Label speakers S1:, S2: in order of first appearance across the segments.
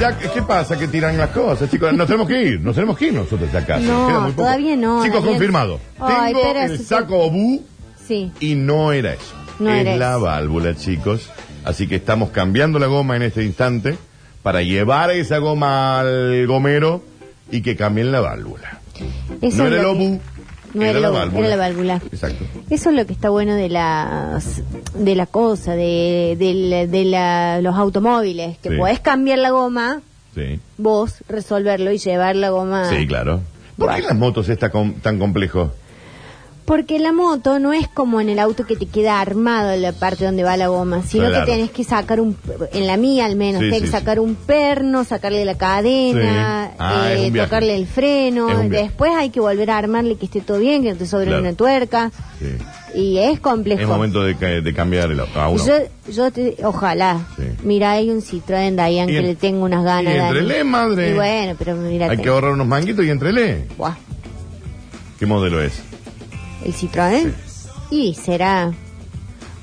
S1: ya, ¿qué pasa? Que tiran las cosas, chicos. Nos tenemos que ir, nos tenemos que ir nosotros de acá.
S2: No,
S1: Queda muy poco.
S2: todavía no,
S1: Chicos,
S2: Daniel.
S1: confirmado.
S2: Ay,
S1: Tengo
S2: pero
S1: el
S2: eso-
S1: saco obú
S2: Sí.
S1: y no era eso.
S2: No
S1: es
S2: era
S1: la
S2: eso.
S1: válvula, chicos. Así que estamos cambiando la goma en este instante para llevar esa goma al gomero y que cambien la válvula.
S2: Eso
S1: no
S2: es
S1: era el
S2: lo que-
S1: obú,
S2: No era,
S1: era,
S2: el
S1: la
S2: obú,
S1: válvula.
S2: era la válvula.
S1: Exacto.
S2: Eso es lo que está bueno de las de la cosa, de, del- de la- los automóviles, que
S1: Sí.
S2: podés cambiar la goma,
S1: Sí.
S2: vos resolverlo y llevar la goma.
S1: Sí, claro. ¿Por qué
S2: Ah. Bueno.
S1: las motos es ta- com- tan complejo?
S2: Porque la moto no es como en el auto que te queda armado la parte donde va la goma, sino
S1: Claro.
S2: que tenés que sacar un, en la mía al menos,
S1: Sí,
S2: tenés
S1: sí,
S2: que sacar un perno, sacarle la cadena,
S1: Sí. Ah, es
S2: eh,
S1: un viaje.
S2: tocarle el
S1: Es
S2: freno,
S1: un viaje.
S2: después hay que volver a armarle que esté todo bien, que no te sobre
S1: Claro.
S2: una tuerca,
S1: Sí.
S2: y es complejo.
S1: Es momento de, ca- de cambiar el auto. Ah, uno.
S2: Yo, yo te- ojalá.
S1: Sí.
S2: Mira, hay un Citroën Dayan
S1: Y
S2: que
S1: en-
S2: le tengo unas ganas.
S1: y entrele,
S2: Dani.
S1: madre.
S2: Y bueno, pero mira,
S1: Hay que ahorrar unos manguitos y entrele. ¿Qué modelo es?
S2: el Citroën. Y será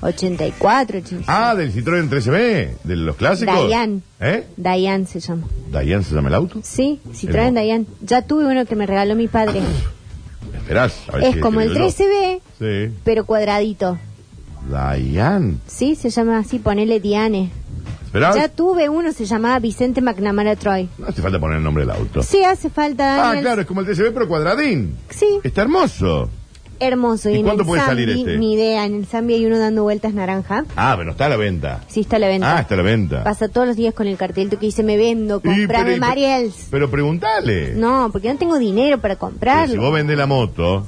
S2: 84, 85.
S1: Ah, del Citroën 13B, de los clásicos.
S2: Dayan.
S1: ¿Eh?
S2: Dayan se llama.
S1: ¿Dayan se llama el auto?
S2: Sí, Citroën
S1: El-
S2: Dayan. Ya tuve uno que me regaló mi padre.
S1: Esperás. a ver
S2: es
S1: si-
S2: como
S1: si
S2: el
S1: lo-
S2: 13B,
S1: Sí.
S2: pero cuadradito.
S1: Dayan.
S2: Sí, se llama así, ponele Diane.
S1: Esperás.
S2: Ya tuve uno, se llamaba Vicente McNamara Troy.
S1: No hace falta poner el nombre del auto.
S2: Sí, hace falta.
S1: Ah,
S2: Daniel.
S1: claro, es como el 13B, pero cuadradín.
S2: Sí.
S1: Está hermoso.
S2: Hermoso.
S1: ¿Y
S2: en
S1: cuánto
S2: el
S1: puede salir
S2: Zambi,
S1: este?
S2: Ni idea. En el Zambi hay uno dando vueltas naranja.
S1: Ah, pero está a la venta.
S2: Sí, está a la venta.
S1: Ah, está a la venta.
S2: Pasa todos los días con el cartel que dice me vendo,
S1: Y,
S2: comprame
S1: pero- y-
S2: Mariels.
S1: Pero pregúntale.
S2: No, porque no tengo dinero para
S1: Pero si
S2: comprarlo.
S1: vos vendés la moto.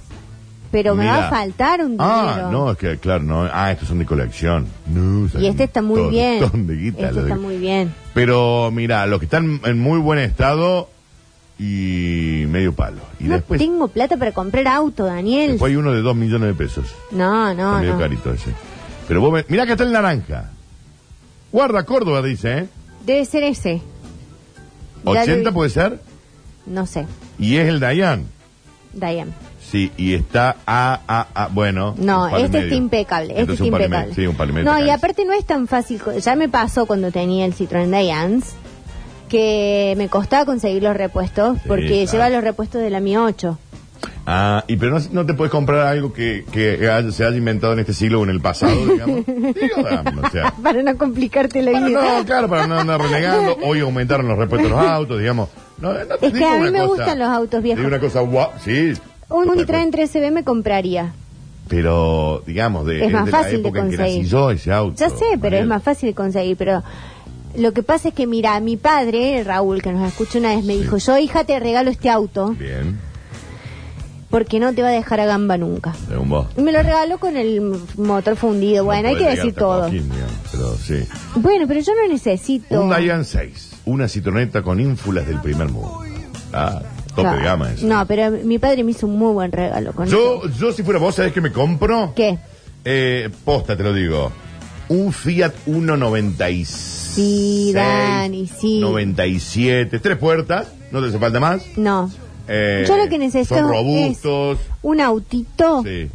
S2: Pero me va
S1: mira.
S2: a faltar un dinero.
S1: Ah, no, es que claro, no. Ah, estos son de colección. No,
S2: Y este está muy
S1: son-
S2: bien.
S1: son de guita,
S2: este
S1: lo de-
S2: está muy bien.
S1: Pero mira, los que están en muy buen estado y medio palo. Y
S2: no
S1: después,
S2: tengo plata para comprar auto, Daniel.
S1: después hay uno de dos millones de pesos.
S2: No,
S1: Está
S2: no,
S1: medio
S2: no.
S1: carito ese. Pero vos, ve- mirá que está el naranja. Guarda Córdoba, dice, ¿eh?
S2: Debe ser ese. Ya lo
S1: 80
S2: vi.
S1: puede ser.
S2: No sé,
S1: Y es el Dayan.
S2: Diane.
S1: Sí, y está a, a, a. Bueno.
S2: No,
S1: un palo y
S2: este
S1: medio.
S2: está impecable. Este
S1: Entonces
S2: está
S1: un palo y medio.
S2: impecable.
S1: Sí, un palo y medio
S2: no,
S1: está
S2: y
S1: acá.
S2: aparte no es tan fácil. co- Ya me pasó cuando tenía el Citroën Dayans que me costaba conseguir los repuestos
S1: Sí,
S2: porque
S1: claro.
S2: lleva los repuestos de la Mi 8.
S1: Ah, y pero no, no te puedes comprar algo que, que haya- se haya inventado en este siglo o en el pasado, digamos. Digo, dame, o sea.
S2: Para no complicarte la
S1: Para
S2: vida.
S1: no, claro, para no andar renegando. Hoy aumentaron los repuestos de los autos, digamos. No, no te
S2: Es que
S1: digo
S2: a mí
S1: una
S2: me
S1: cosa-
S2: gustan los autos viejos.
S1: Digo una cosa guau, sí.
S2: Un
S1: Otra cosa.
S2: Citroën 13B me compraría.
S1: Pero, digamos, de,
S2: Es más
S1: de
S2: fácil
S1: la
S2: de
S1: época en que
S2: conseguir.
S1: nací yo ese auto.
S2: Ya sé, pero
S1: Mariel.
S2: es más fácil de conseguir, pero lo que pasa es que mira, mi padre, Raúl, que nos escucha una vez, me dijo, yo hija te regalo este auto
S1: Bien,
S2: porque no te va a dejar a gamba nunca.
S1: según vos.
S2: Y me lo regaló con el motor fundido, bueno,
S1: No
S2: hay que
S1: podés
S2: decir
S1: llegar hasta
S2: todo.
S1: Coquín, digamos, pero sí.
S2: Bueno, pero yo no necesito...
S1: Un Dayan 6, una citroneta con ínfulas del primer mundo. Ah, tope
S2: No,
S1: de gama eso.
S2: No, pero mi padre me hizo un muy buen regalo con
S1: Yo,
S2: eso.
S1: yo si fuera vos, ¿sabés que me compro?
S2: ¿Qué?
S1: Eh, posta, te lo digo. Un Fiat 196.
S2: Sí, Dani, sí.
S1: 97. Tres puertas, no te hace falta más.
S2: No.
S1: Eh,
S2: Yo lo que necesito
S1: Son
S2: es- Oh.
S1: robustos.
S2: Un autito
S1: Sí,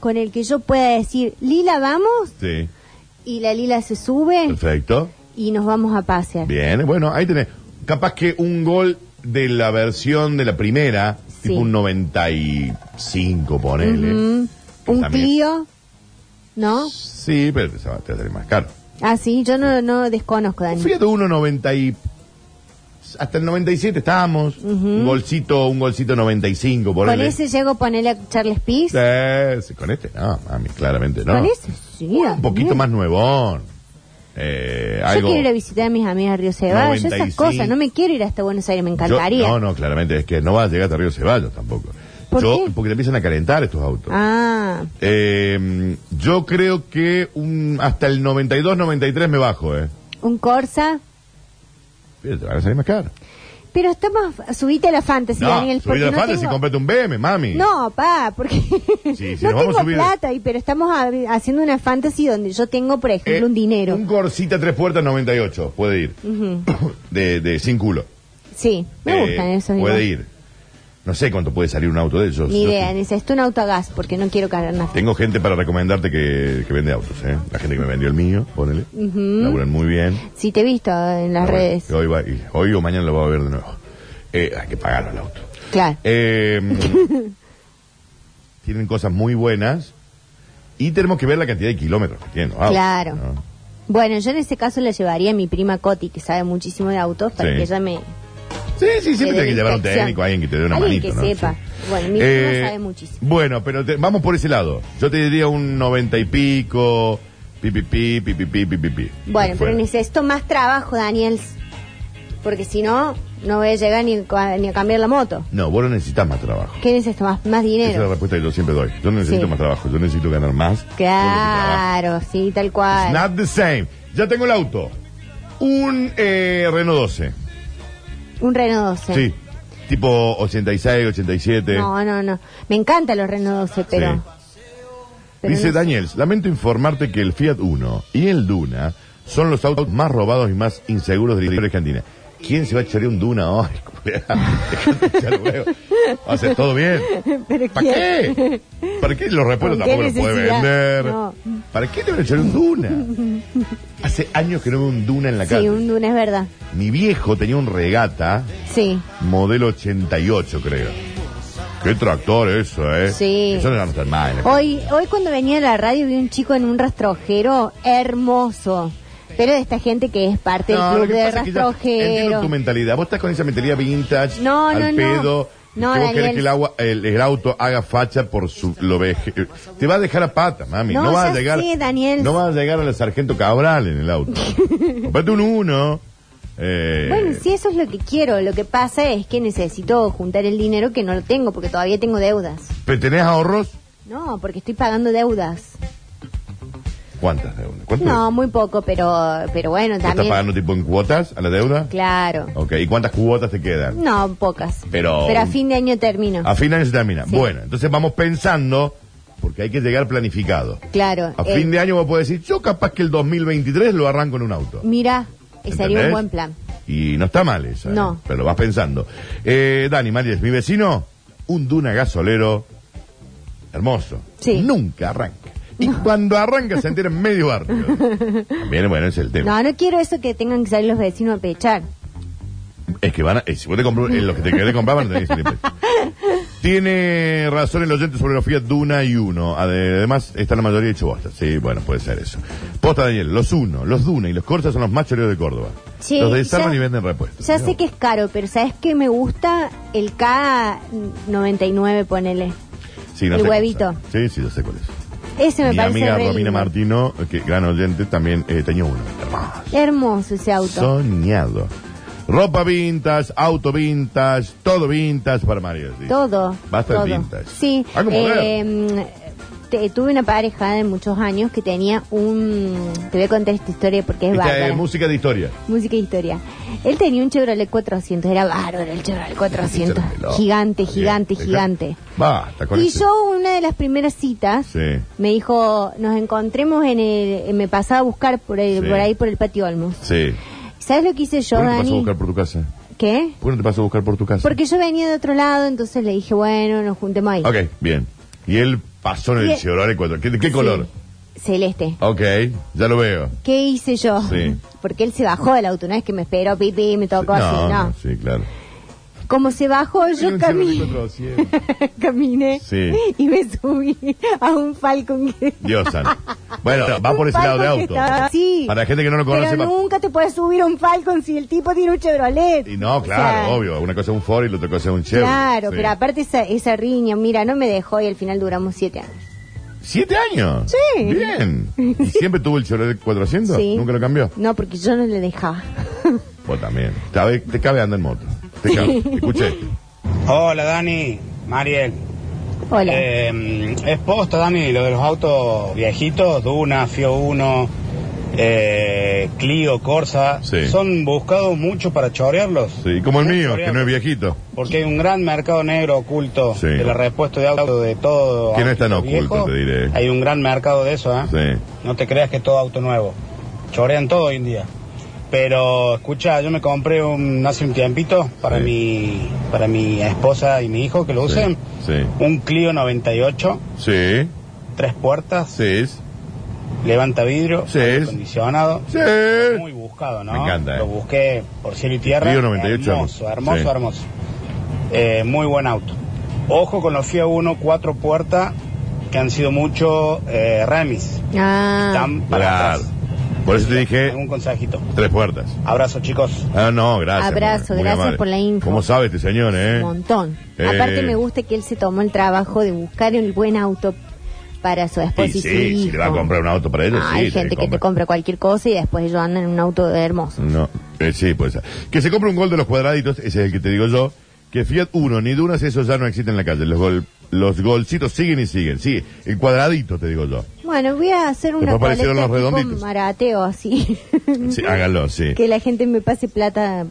S2: con el que yo pueda decir, Lila, vamos,
S1: sí.
S2: y la Lila se sube
S1: Perfecto.
S2: y nos vamos a pasear.
S1: Bien, bueno, ahí tenés. Capaz que un gol de la versión de la primera,
S2: Sí.
S1: tipo un 95, ponele.
S2: Ujú.
S1: Que
S2: Un
S1: también-
S2: Clio, ¿no?
S1: Sí, pero te va te va a salir más caro.
S2: Ah, sí, yo no, no desconozco, Dani.
S1: Fíjate, 1.90 y... Hasta el 97 estábamos. Un golcito, un golcito 95, por
S2: Con ese llego a ponerle a Charles Peace.
S1: Sí, con este no, mami, claramente no.
S2: Con ese, sí.
S1: Un poquito más nuevón. Eh,
S2: Yo
S1: algo...
S2: quiero ir a visitar a mis amigas a Río Ceballos, esas
S1: 95.
S2: cosas. No me quiero ir hasta Buenos Aires, me
S1: Yo-
S2: encantaría.
S1: no, no, claramente, es que no vas a llegar hasta Río Ceballos tampoco.
S2: ¿Por
S1: yo,
S2: qué?
S1: Porque te empiezan a calentar estos autos.
S2: Ah,
S1: Eh, yo creo que un, hasta el 92, 93 me bajo, ¿eh?
S2: un Corsa.
S1: Pero te van a salir más caro.
S2: Pero estamos, subite a la Fantasy,
S1: no,
S2: Daniel.
S1: subí
S2: porque
S1: la
S2: no
S1: falda y
S2: tengo-
S1: comprate un BM, mami.
S2: No, pa, porque
S1: Sí, sí,
S2: no
S1: nos vamos a
S2: tengo
S1: subir.
S2: plata, y, pero estamos abri- haciendo una fantasy donde yo tengo, por ejemplo, un dinero.
S1: Eh, Un Corsita tres puertas 98, puede ir.
S2: Ujú.
S1: De, de sin culo.
S2: Sí, me
S1: Eh,
S2: gustan esos.
S1: Puede
S2: igual.
S1: ir. No sé cuánto puede salir un auto de ellos.
S2: Ni
S1: Yo
S2: idea, necesito un auto a gas porque no quiero cargar nada.
S1: Tengo gente para recomendarte que, que vende autos, ¿eh? La gente que me vendió el mío, ponele. Laburan muy bien.
S2: Si te he visto en las
S1: No,
S2: redes.
S1: que Hoy, va- y hoy o mañana lo va a ver de nuevo. Eh, hay que pagarlo el auto.
S2: Claro.
S1: Eh, tienen cosas muy buenas y tenemos que ver la cantidad de kilómetros que tienen. los autos,
S2: Claro.
S1: ¿no?
S2: Bueno, yo en ese caso la llevaría a mi prima Coti, que sabe muchísimo de autos, para
S1: Sí.
S2: que ella me...
S1: Sí, sí, siempre
S2: Que
S1: tiene
S2: dé
S1: que llevar un
S2: inspección.
S1: técnico, alguien que te dé una
S2: Alguien
S1: manito.
S2: que
S1: ¿no?
S2: sepa.
S1: Sí. Eh,
S2: Bueno, mi prima sabe muchísimo.
S1: Bueno, pero te- vamos por ese lado. Yo te diría un noventa y pico, pi, pi, pi, pi, pi, pi, pi, pi, pi.
S2: Bueno, pero
S1: Fuera.
S2: necesito más trabajo, Daniel, porque si no, no voy a llegar ni, a- ni a cambiar la moto.
S1: No, vos no necesitas más trabajo.
S2: ¿Qué necesito? Más, más
S1: Esa es la
S2: dinero.
S1: respuesta que yo siempre doy. Yo no necesito
S2: Sí.
S1: más trabajo, yo necesito ganar más. Yo necesito trabajo.
S2: Claro, sí, tal cual.
S1: Not the same. Ya tengo el auto. Un eh, Renault 12.
S2: Un Renault 12.
S1: Sí. Tipo 86, 87.
S2: No, no, no. Me encantan los Renault 12, pero...
S1: Sí.
S2: pero
S1: Dice
S2: no-
S1: Daniels, lamento informarte que el Fiat Uno y el Duna son los autos más robados y más inseguros de la historia argentina. ¿Quién se va a echar un Duna hoy? culiao? Dejate echar huevo. O sea, todo bien.
S2: pero
S1: ¿Para
S2: ¿quién?
S1: qué? ¿Para qué los repuestos
S2: ¿Con qué
S1: tampoco los puede
S2: necesidad?
S1: vender?
S2: No.
S1: ¿Para qué te van a echar un Duna? Hace años que no veo un Duna en la calle.
S2: Sí, un Duna es verdad.
S1: Mi viejo tenía un regata
S2: Sí.
S1: modelo 88, creo. Qué tractor eso, ¿eh?
S2: Sí.
S1: Eso no era tan mal.
S2: Hoy, hoy cuando venía a la radio vi un chico en un rastrojero hermoso. Pero de esta gente que es parte
S1: No,
S2: del
S1: lo
S2: club
S1: que
S2: de
S1: pasa es que ya entiendo
S2: rastrojero.
S1: tu mentalidad. Vos estás con esa mentalidad vintage,
S2: No,
S1: al
S2: no, no.
S1: pedo.
S2: No,
S1: que vos querés
S2: Daniel.
S1: que el, agua- el, el auto haga facha por su lo veje. Te va a dejar a pata, mami. No,
S2: No,
S1: va a
S2: ya
S1: llegar.
S2: sé, Daniel.
S1: No va a llegar a la sargento Cabral en el auto. Comprate un uno. Eh,
S2: Bueno, sí, eso es lo que quiero. Lo que pasa es que necesito juntar el dinero que no lo tengo porque todavía tengo deudas.
S1: ¿pero ¿Tenés ahorros?
S2: No, porque estoy pagando deudas.
S1: ¿Cuántas deudas? ¿Cuánto?
S2: No, muy poco, pero, pero bueno,
S1: ¿Estás
S2: también.
S1: pagando tipo en cuotas a la deuda?
S2: Claro.
S1: Ok, ¿y cuántas cuotas te quedan?
S2: No, pocas.
S1: Pero-
S2: a fin de año termino.
S1: A fin de año se termina.
S2: Sí.
S1: Bueno, entonces vamos pensando, porque hay que llegar planificado.
S2: Claro.
S1: A
S2: eh,
S1: fin de año vos podés decir, yo capaz que el 2023 lo arranco en un auto.
S2: Mira, eh, sería un
S1: ¿Entendés?
S2: buen plan.
S1: Y no está mal eso. ¿eh?
S2: No.
S1: Pero lo vas pensando. Eh, Dani Marías, mi vecino, un Duna gasolero hermoso.
S2: Sí.
S1: Nunca arranca. Y cuando arranca se entera en medio barrio. También, bueno, es el tema.
S2: No, no quiero eso que tengan que salir los vecinos a pechar.
S1: Es que van a, eh, si vos te compras, eh, los que te querés comprar van a tener que ser impresos. Tiene razón el oyente sobre los Fiat Duna y Uno. Ade- Además, está la mayoría hecho bosta. Sí, bueno, puede ser eso. Posta, Daniel, los Uno, los Duna y los Corsa son los más choreos de Córdoba.
S2: Sí,
S1: los desarman
S2: ya-
S1: y venden repuestos.
S2: Ya sé que es caro, pero ¿sabes qué? Me gusta el K99, ponele.
S1: Sí,
S2: el
S1: sé cuál es.
S2: huevito.
S1: Sí, sí, yo sé cuál es.
S2: Ese me
S1: Mi
S2: parece
S1: amiga
S2: re
S1: Romina
S2: lindo.
S1: Martino, que gran oyente, también eh, tenía uno. Hermoso.
S2: Hermoso ese auto.
S1: Soñado. Ropa vintage, auto vintage, todo vintage para María. sí.
S2: Todo.
S1: Basta de
S2: todo.
S1: vintage.
S2: Sí.
S1: Ah, como
S2: eh, mm, te- tuve una pareja de muchos años que tenía un... Te voy a contar esta historia porque es
S1: Esta
S2: bárbara.
S1: es música de historia.
S2: Música e historia. Él tenía un Chevrolet 400, era bárbaro el Chevrolet 400. Gigante, gigante,
S1: Deja-
S2: gigante.
S1: Basta con
S2: Y
S1: eso.
S2: yo una de las primeras citas
S1: Sí.
S2: me dijo, nos encontremos en el... eh, Me pasaba a buscar por, el-
S1: Sí.
S2: por ahí por el patio Olmos.
S1: Sí.
S2: ¿Sabes lo que hice yo,
S1: ¿Por qué no te pasó a
S2: Dani?
S1: buscar por tu casa?
S2: ¿Qué?
S1: ¿Por qué no te pasó a buscar por tu casa?
S2: Porque yo venía de otro lado, entonces le dije, bueno, nos juntemos ahí.
S1: Ok, bien. Y él pasó en
S2: Y
S1: el
S2: él-
S1: Chevrolet 4. ¿Qué, qué
S2: Sí.
S1: color?
S2: Celeste.
S1: Ok, ya lo veo.
S2: ¿Qué hice yo?
S1: Sí.
S2: Porque él se bajó del auto, no es que me esperó, pipi, me tocó así, no.
S1: no, sí, claro.
S2: Como se bajó,
S1: Era
S2: yo
S1: un Chevrolet
S2: caminé. eh.
S1: 400.
S2: caminé
S1: Sí.
S2: y me subí a un Falcon que
S1: Dios santo. Bueno, va por ese
S2: un
S1: lado de
S2: Falcon
S1: auto.
S2: que estaba- Sí.
S1: Para la gente que no lo conoce,
S2: Pero
S1: va-
S2: nunca te puedes subir a un Falcon si el tipo tiene un Chevrolet.
S1: Y no,
S2: O
S1: claro,
S2: sea,
S1: obvio. Una cosa es un Ford y la otra cosa es un Chevrolet.
S2: Claro,
S1: Sí.
S2: pero aparte esa, esa riña, mira, no me dejó y al final duramos siete años.
S1: ¿Siete años?
S2: Sí.
S1: Bien. ¿Y siempre tuvo el Chevrolet 400?
S2: Sí.
S1: ¿Nunca lo cambió?
S2: No, porque yo no le dejaba.
S1: Vos también. Cabe- te cabe andar en moto. Te cabe. Escuché.
S3: Hola Dani, Mariel.
S2: Hola.
S3: Eh, es posta Dani, lo de los autos viejitos, Duna, Fio 1, eh, Clio, Corsa,
S1: Sí.
S3: son buscados mucho para chorearlos.
S1: Sí, como el mío, que no es viejito.
S3: Porque hay un gran mercado negro oculto
S1: Sí.
S3: de la respuesta de auto de todo.
S1: Que no
S3: auto
S1: es tan oculto, te diré.
S3: Hay un gran mercado de eso, ¿eh?
S1: Sí.
S3: No te creas que es todo auto nuevo. Chorean todo hoy en día. Pero, escucha, yo me compré un hace un tiempito para
S1: Sí.
S3: mi para mi esposa y mi hijo que lo
S1: Sí,
S3: usen.
S1: sí.
S3: Un Clio 98,
S1: Sí,
S3: tres puertas,
S1: sí, sí.
S3: levanta vidrio,
S1: Sí.
S3: aire acondicionado.
S1: Sí.
S3: Muy buscado, ¿no?
S1: Me encanta, eh.
S3: Lo busqué por cielo y tierra.
S1: Clio 98,
S3: Hermoso, hermoso,
S1: sí.
S3: hermoso. Eh, muy buen auto. Ojo con los FIA 1, cuatro puertas, que han sido mucho eh, remis.
S2: Ah,
S3: Están para
S1: Claro.
S3: atrás.
S1: Por eso te
S3: Un
S1: dije
S3: consejito.
S1: tres puertas.
S3: Abrazo, chicos.
S1: Ah, no, gracias.
S2: Abrazo, gracias por la info.
S1: Como sabe este señor,
S2: un
S1: ¿eh?
S2: montón.
S1: Eh.
S2: Aparte me gusta que él se tomó el trabajo de buscar el buen auto para su esposa
S1: Sí,
S2: y
S1: sí,
S2: Pues su
S1: si
S2: hijo.
S1: le va a comprar un auto para ellos,
S2: Ah,
S1: sí.
S2: hay
S1: se
S2: gente que
S1: compra.
S2: te compra cualquier cosa y después ellos andan en un auto hermoso.
S1: No, eh, sí, pues. Que se compre un gol de los cuadraditos, ese es el que te digo yo. Que Fiat 1 ni Dunas, eso ya no existe en la calle. Los, gol, los golcitos siguen y siguen. Sí, el cuadradito, te digo yo.
S2: Bueno, voy a hacer una
S1: Después aparecieron
S2: colecta
S1: los
S2: tipo
S1: redonditos.
S2: marateo así.
S1: Sí, hágalo, sí.
S2: que la gente me pase plata.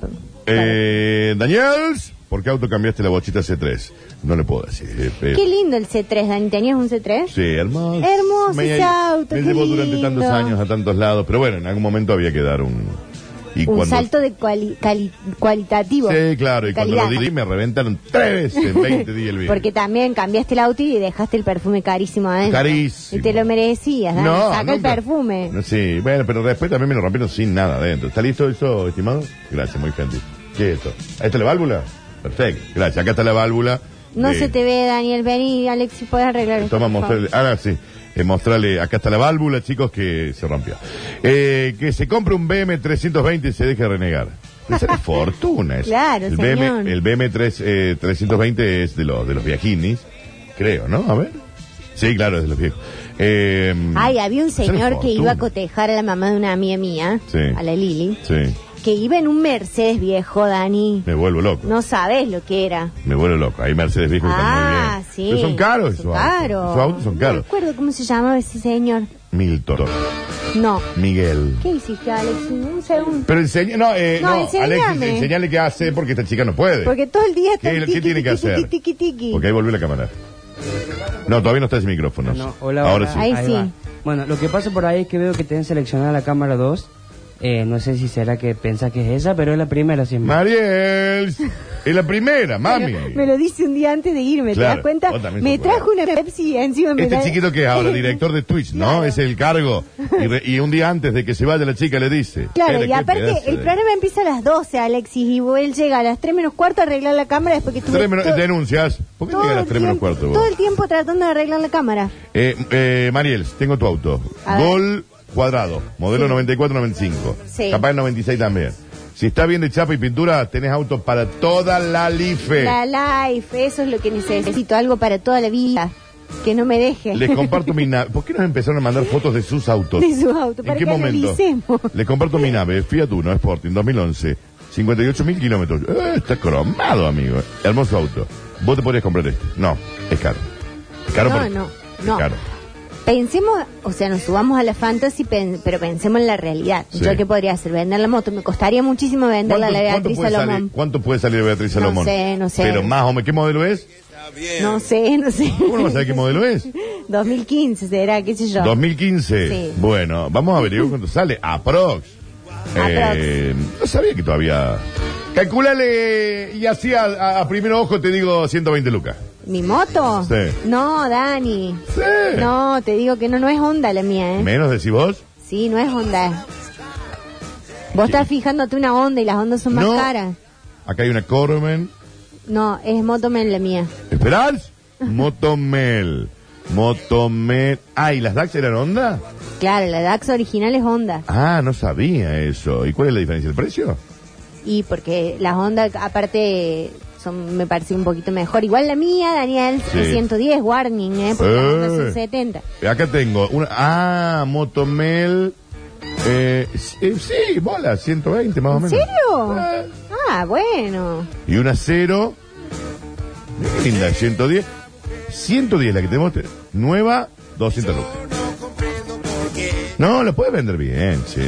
S2: para-
S1: Eh, Daniels, ¿por qué auto cambiaste la bochita C3? No le puedo decir. eh, pero-
S2: Qué lindo el C3, Dani. ¿Tenías un C3?
S1: Sí, hermoso.
S2: Hermoso
S1: me,
S2: ese auto,
S1: Me
S2: qué
S1: llevó durante
S2: lindo.
S1: tantos años a tantos lados, pero bueno, en algún momento había que dar un... Y
S2: un
S1: cuando-
S2: salto de cuali- cali- cualitativo.
S1: Sí, claro, y cuando
S2: Calidad.
S1: lo di me reventaron tres veces en 20 días el viernes.
S2: Porque también cambiaste el auto y dejaste el perfume carísimo adentro.
S1: Carísimo.
S2: Y te lo merecías, Dani. Saca el
S1: nunca.
S2: perfume.
S1: No, sí, bueno, pero después también me lo rompieron sin nada adentro. ¿Está listo eso, estimado? Gracias, muy gentil. ¿Qué es esto? ¿Ahí está la válvula? Perfecto, gracias. Acá está la válvula.
S2: No
S1: de-
S2: se te ve, Daniel. Vení, Alex, si puedes arreglar esto,
S1: Toma,
S2: por favor.
S1: mostrarle. Ahora sí. eh, mostrarle, acá está la válvula, chicos, que se rompió. Eh, que se compre un BM320 y se deje renegar. Esa es fortuna. eso.
S2: Claro,
S1: el
S2: señor.
S1: BM, el BM320 eh, es de los, de los viejinis, creo, ¿no? A ver. Sí, claro, es de los viejos. Eh,
S2: Ay, había un
S1: esa es una
S2: señor que iba a
S1: fortuna.
S2: cotejar a la mamá de una amiga mía,
S1: Sí.
S2: a la Lili,
S1: Sí,
S2: que iba en un Mercedes viejo, Dani.
S1: me vuelvo loco.
S2: No sabes lo que era.
S1: Me vuelvo loco. Hay Mercedes viejos que están muy
S2: Ah,
S1: bien.
S2: sí.
S1: Pero son caros
S2: Son
S1: esos
S2: caros.
S1: autos. Esos autos son
S2: No
S1: caros.
S2: recuerdo cómo se llamaba ese señor.
S1: Milton,
S2: No.
S1: Miguel.
S2: ¿Qué hiciste, Alex? Un segundo.
S1: Pero enseña, no, eh,
S2: No,
S1: no,
S2: enseñame.
S1: Alexis, enseñale qué hace porque esta chica no puede.
S2: Porque todo el día está
S1: ¿Qué-
S2: el
S1: qué
S2: tiqui,
S1: tiene que
S2: tiqui,
S1: hacer?
S2: tiqui, tiqui, tiqui.
S1: Porque ahí volvió la cámara. No, todavía no está ese micrófono.
S4: No, hola,
S1: Ahora
S4: hola.
S1: sí.
S2: Ahí sí.
S4: va. Bueno, lo que pasa por ahí es que veo que tienen seleccionada la cámara 2. Eh, no sé si será que pensás que es esa, pero es la primera siempre.
S1: Mariel, es la primera, mami.
S2: Me lo dice un día antes de irme, ¿te
S1: Claro,
S2: das cuenta?
S1: vos también
S2: Me
S1: sos buena.
S2: trajo una Pepsi y encima me
S1: Este
S2: da-
S1: chiquito que es ahora director de Twitch, ¿no?
S2: Claro.
S1: Es el cargo. Y, re- y un día antes de que se vaya la chica le dice.
S2: Claro,
S1: Pero
S2: y
S1: qué
S2: aparte
S1: pedazo
S2: el
S1: de-
S2: programa empieza a las 12, Alexis, y vos- él llega a las 3 menos cuarto a arreglar la cámara después que estuve
S1: Tres menos-
S2: to-
S1: denuncias. ¿Por qué
S2: todo
S1: llega a las
S2: el
S1: 3 menos
S2: tiempo-
S1: cuarto? vos?
S2: Todo el tiempo tratando de arreglar la cámara.
S1: Eh, eh, Mariel, tengo tu auto.
S2: A ver.
S1: Gol cuadrado, modelo 94-95.
S2: Sí.
S1: Capaz el 96 también. Si está bien de chapa y pintura, tenés auto para toda la life.
S2: La life, eso es lo que necesito, algo para toda la vida, que no me deje.
S1: Les comparto mi nave. ¿Por qué nos empezaron a mandar fotos de sus autos?
S2: De sus autos,
S1: ¿En
S2: para
S1: qué
S2: que
S1: momento?
S2: analicemos.
S1: Les comparto mi nave, Fiat Uno Sporting 2011, 58.000 kilómetros. Eh, está cromado, amigo. Hermoso auto. Vos te podrías comprar este. No, es caro. Es caro
S2: No,
S1: por-
S2: no,
S1: es
S2: no.
S1: caro.
S2: Pensemos, o sea, nos subamos a la fantasy, pen- pero pensemos en la realidad.
S1: Sí.
S2: Yo qué podría hacer, vender la moto, me costaría muchísimo venderla a la Beatriz
S1: puede salir,
S2: Salomón.
S1: ¿Cuánto puede salir Beatriz
S2: No
S1: Salomón?
S2: sé, no sé.
S1: Pero más o menos, ¿qué modelo es?
S2: No sé, no sé.
S1: ¿Cómo no vas a saber qué modelo es?
S2: 2015 será, qué sé yo.
S1: 2015.
S2: Sí.
S1: Bueno, vamos a averiguar cuánto sale. Aprox. Eh, no sabía que todavía. Calculale y así a, a- a primer ojo te digo 120 lucas.
S2: ¿Mi moto?
S1: Sí.
S2: No, Dani.
S1: Sí.
S2: No, te digo que no, no es Honda la mía, ¿eh?
S1: Menos decís vos.
S2: Sí, no es Honda. Vos estás fijándote una Honda y las Hondas son más
S1: No.
S2: caras.
S1: Acá hay una Cormen.
S2: No, es Motomen la mía.
S1: ¿Esperás? Motomel. Motomel. Ah, ¿y las DAX eran onda?
S2: Claro, la DAX original es Honda.
S1: Ah, no sabía eso. ¿Y cuál es la diferencia? ¿El precio?
S2: Y porque las Honda, aparte, son, me parece un poquito mejor. Igual la mía, Daniel,
S1: Sí.
S2: es 110, warning, ¿eh? Porque las Honda son
S1: Eh.
S2: 70.
S1: Acá tengo una. Ah, Motomel. Eh, eh, sí, bola, 120 más o
S2: ¿En
S1: menos.
S2: serio?
S1: Eh,
S2: Ah, bueno.
S1: y una 0. Linda, 110. 110 la que tenemos. te- Nueva, 200 lucas. No, la puedes vender bien, sí.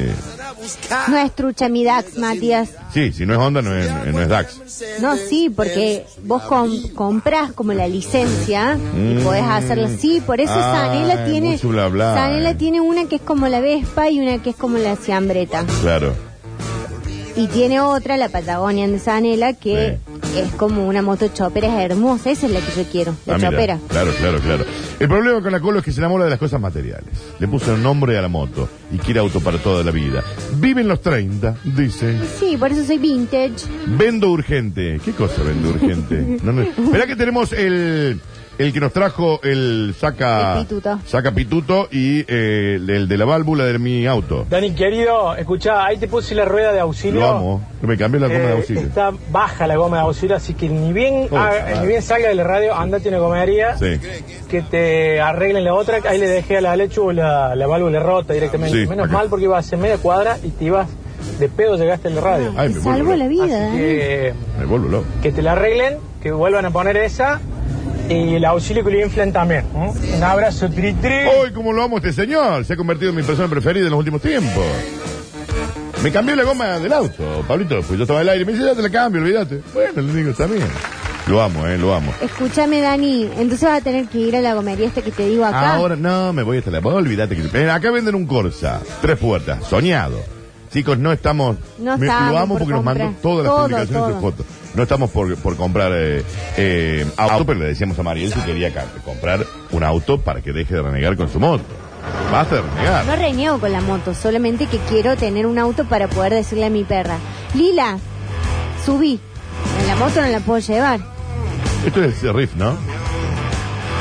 S2: No es trucha mi DAX, Matías.
S1: Sí, si no es Honda, no es, eh, no es DAX.
S2: No, sí, porque vos com- comprás como la licencia
S1: Mm.
S2: y podés hacerlo. Sí, por eso
S1: Ay,
S2: Sanela tiene
S1: mucho bla, bla,
S2: Sanela
S1: eh.
S2: tiene una que es como la Vespa y una que es como la Ciambreta.
S1: Claro.
S2: Y tiene otra, la Patagonia de Sanela, que es como una moto chopera, es hermosa, esa es la que yo quiero, la
S1: Ah, mira.
S2: chopera.
S1: Claro, claro, claro. El problema con la Colo es que se enamora de las cosas materiales. Le puso el nombre a la moto y quiere auto para toda la vida. Vive en los 30, dice.
S2: Sí, por eso soy vintage.
S1: Vendo urgente. ¿Qué cosa vendo urgente? No, no. Verá que tenemos el, el que nos trajo el saca.
S2: El pituto.
S1: Saca pituto y eh, el, el de la válvula de mi auto.
S5: Dani, querido, escuchá, ahí te puse la rueda de auxilio.
S1: Lo amo. No me cambié la goma de
S5: Eh,
S1: auxilio.
S5: Está baja la goma de auxilio, así que ni bien,
S1: Oh,
S5: haga-
S1: claro.
S5: ni bien salga de la radio, andate a una gomería,
S1: Sí.
S5: que te arreglen la otra. Ahí le dejé a la lechu la, la válvula rota directamente.
S1: Sí,
S5: Menos
S1: acá.
S5: mal porque ibas a hacer media cuadra y te ibas de pedo, llegaste a la radio.
S1: Ay,
S2: Te
S1: me
S2: salvo
S1: vuelvo
S2: la
S1: loco.
S2: vida.
S5: Así
S2: ¿eh?
S5: que,
S1: Me vuelvo loco.
S5: que te la arreglen, que vuelvan a poner esa y el auxilio que le inflen también. ¿m? Un abrazo, tri tri.
S1: Hoy, como lo amo a este señor, se ha convertido en mi persona preferida en los últimos tiempos. Me cambió la goma del auto, Pablito, pues yo estaba al aire. Me dice, ya te la cambio, olvídate. Bueno, le digo, está bien. Lo amo, eh, lo amo.
S2: Escúchame, Dani, entonces vas a tener que ir a la gomería esta que te digo acá.
S1: Ahora, no, me voy hasta la... Olvídate que... eh, Acá venden un Corsa, tres puertas, soñado. Chicos, no estamos...
S2: No
S1: me-
S2: estamos
S1: lo amo
S2: por
S1: porque nos mandó
S2: comprar.
S1: todas las
S2: Todo,
S1: publicaciones de
S2: todo.
S1: fotos. No estamos por, por comprar eh, eh, auto, pero le decíamos a Mariel si quería ca- comprar un auto para que deje de renegar con su moto. Basta de renegar.
S2: No reniego con la moto, solamente que quiero tener un auto para poder decirle a mi perra, Lila, subí. En la moto no la puedo llevar.
S1: Esto es el riff, ¿no?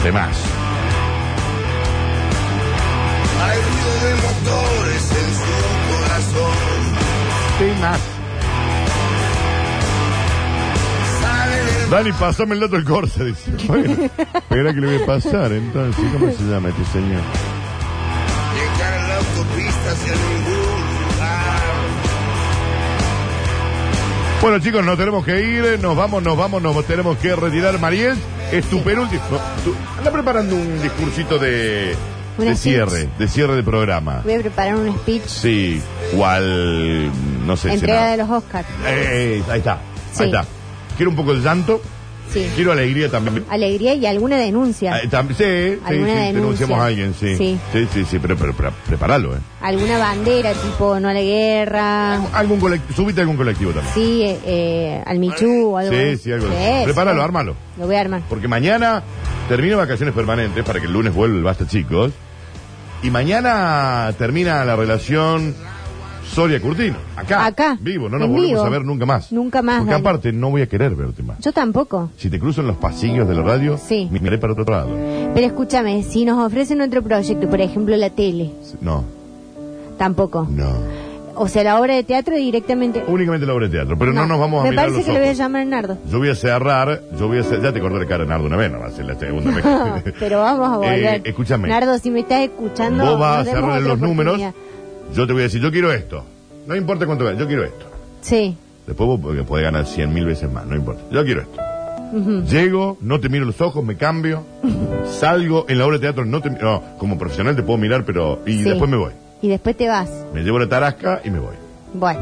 S1: De más.
S6: Hay ruido de motores en su corazón.
S1: De más.
S6: Sale de
S1: Dani, pasame el dato del Corsa, dice. Bueno, espera que le voy a pasar, entonces. ¿Cómo se llama este señor?
S6: llegar a la autopista hacia ningún lugar.
S1: Bueno, chicos, nos tenemos que ir. eh, Nos vamos, nos vamos, nos tenemos que retirar. Mariel, es tu penúltimo. no, tú- anda preparando un discursito de,
S2: Una
S1: de
S2: speech.
S1: cierre, de cierre de programa.
S2: Voy a preparar un speech,
S1: Sí, cual. No sé,
S2: entrega
S1: Senado.
S2: de los Oscars.
S1: Eh, eh, ahí está,
S2: Sí.
S1: ahí está. Quiero un poco de llanto,
S2: Sí.
S1: quiero alegría también.
S2: Alegría y alguna denuncia.
S1: Ah, tam- sí, sí,
S2: ¿Alguna
S1: sí, denunciamos
S2: denuncia?
S1: a alguien, sí. Sí,
S2: Sí.
S1: sí, sí, pero, pero, pero prepáralo, ¿eh?
S2: Alguna bandera tipo no a la guerra.
S1: Algún colect- subite a algún colectivo también.
S2: Sí, eh, eh, al Michu o algo.
S1: Sí, sí, algo.
S2: Sí,
S1: Prepáralo,
S2: sí.
S1: ármalo.
S2: Lo voy a armar.
S1: Porque mañana termino vacaciones permanentes para que el lunes vuelva el Basta Chicos. Y mañana termina la relación Soria Curtino. Acá.
S2: Acá.
S1: Vivo, no nos
S2: En
S1: volvemos
S2: vivo.
S1: a ver nunca más.
S2: Nunca más,
S1: Porque
S2: Dani.
S1: aparte no voy a querer verte más.
S2: Yo tampoco.
S1: Si te cruzo en los pasillos de la radio,
S2: Sí.
S1: me miré para otro lado.
S2: Pero escúchame, si nos ofrecen otro proyecto, por ejemplo la tele,
S1: No,
S2: tampoco.
S1: no.
S2: O sea, la obra de teatro directamente.
S1: Únicamente la obra de teatro, pero no, nos vamos a
S2: Me
S1: mirar
S2: parece
S1: los
S2: que le voy a
S1: ojos.
S2: llamar a Nardo.
S1: Yo voy a cerrar, yo voy a cerrar, ya te corté la cara, Nardo, una vez, no va a ser la segunda vez.
S2: Pero vamos a volver.
S1: Eh, escúchame.
S2: Nardo, si me estás escuchando.
S1: Vos vas a
S2: nos demos
S1: cerrar
S2: otra
S1: los números,
S2: oportunidad.
S1: yo te voy a decir, yo quiero esto. No importa cuánto ganes, yo quiero esto.
S2: Sí.
S1: Después vos porque podés ganar cien mil veces más, no importa. Yo quiero esto. Llego, no te miro los ojos, me cambio, salgo en la obra de teatro, no te mi- no, como profesional te puedo mirar, pero y
S2: sí.
S1: después me voy.
S2: Y después te vas.
S1: Me llevo la tarasca y me voy.
S2: Bueno,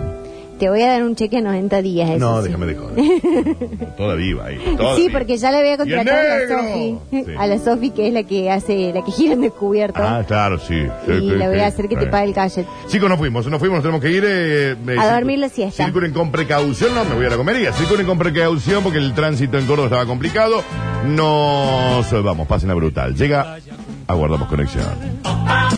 S2: te voy a dar un cheque a 90 días. eso
S1: no,
S2: sí.
S1: déjame de joder. Toda viva ahí. toda
S2: Sí,
S1: viva.
S2: porque ya le voy a contratar a
S1: negro!
S2: la Sofi.
S1: Sí.
S2: A la Sofi, que es la que hace, la que gira en descubierto.
S1: Ah, claro, sí. Sí,
S2: y
S1: sí,
S2: le voy
S1: sí.
S2: a hacer que te
S1: Sí.
S2: pague el gadget.
S1: Chicos, nos fuimos, nos fuimos, nos tenemos que ir. eh, eh,
S2: A
S1: circu-
S2: dormir la siesta.
S1: Circulen con precaución, no, me voy a la comería. Circulen con precaución porque el tránsito en Córdoba estaba complicado. Nos vamos, pasen a brutal. Llega, aguardamos conexión.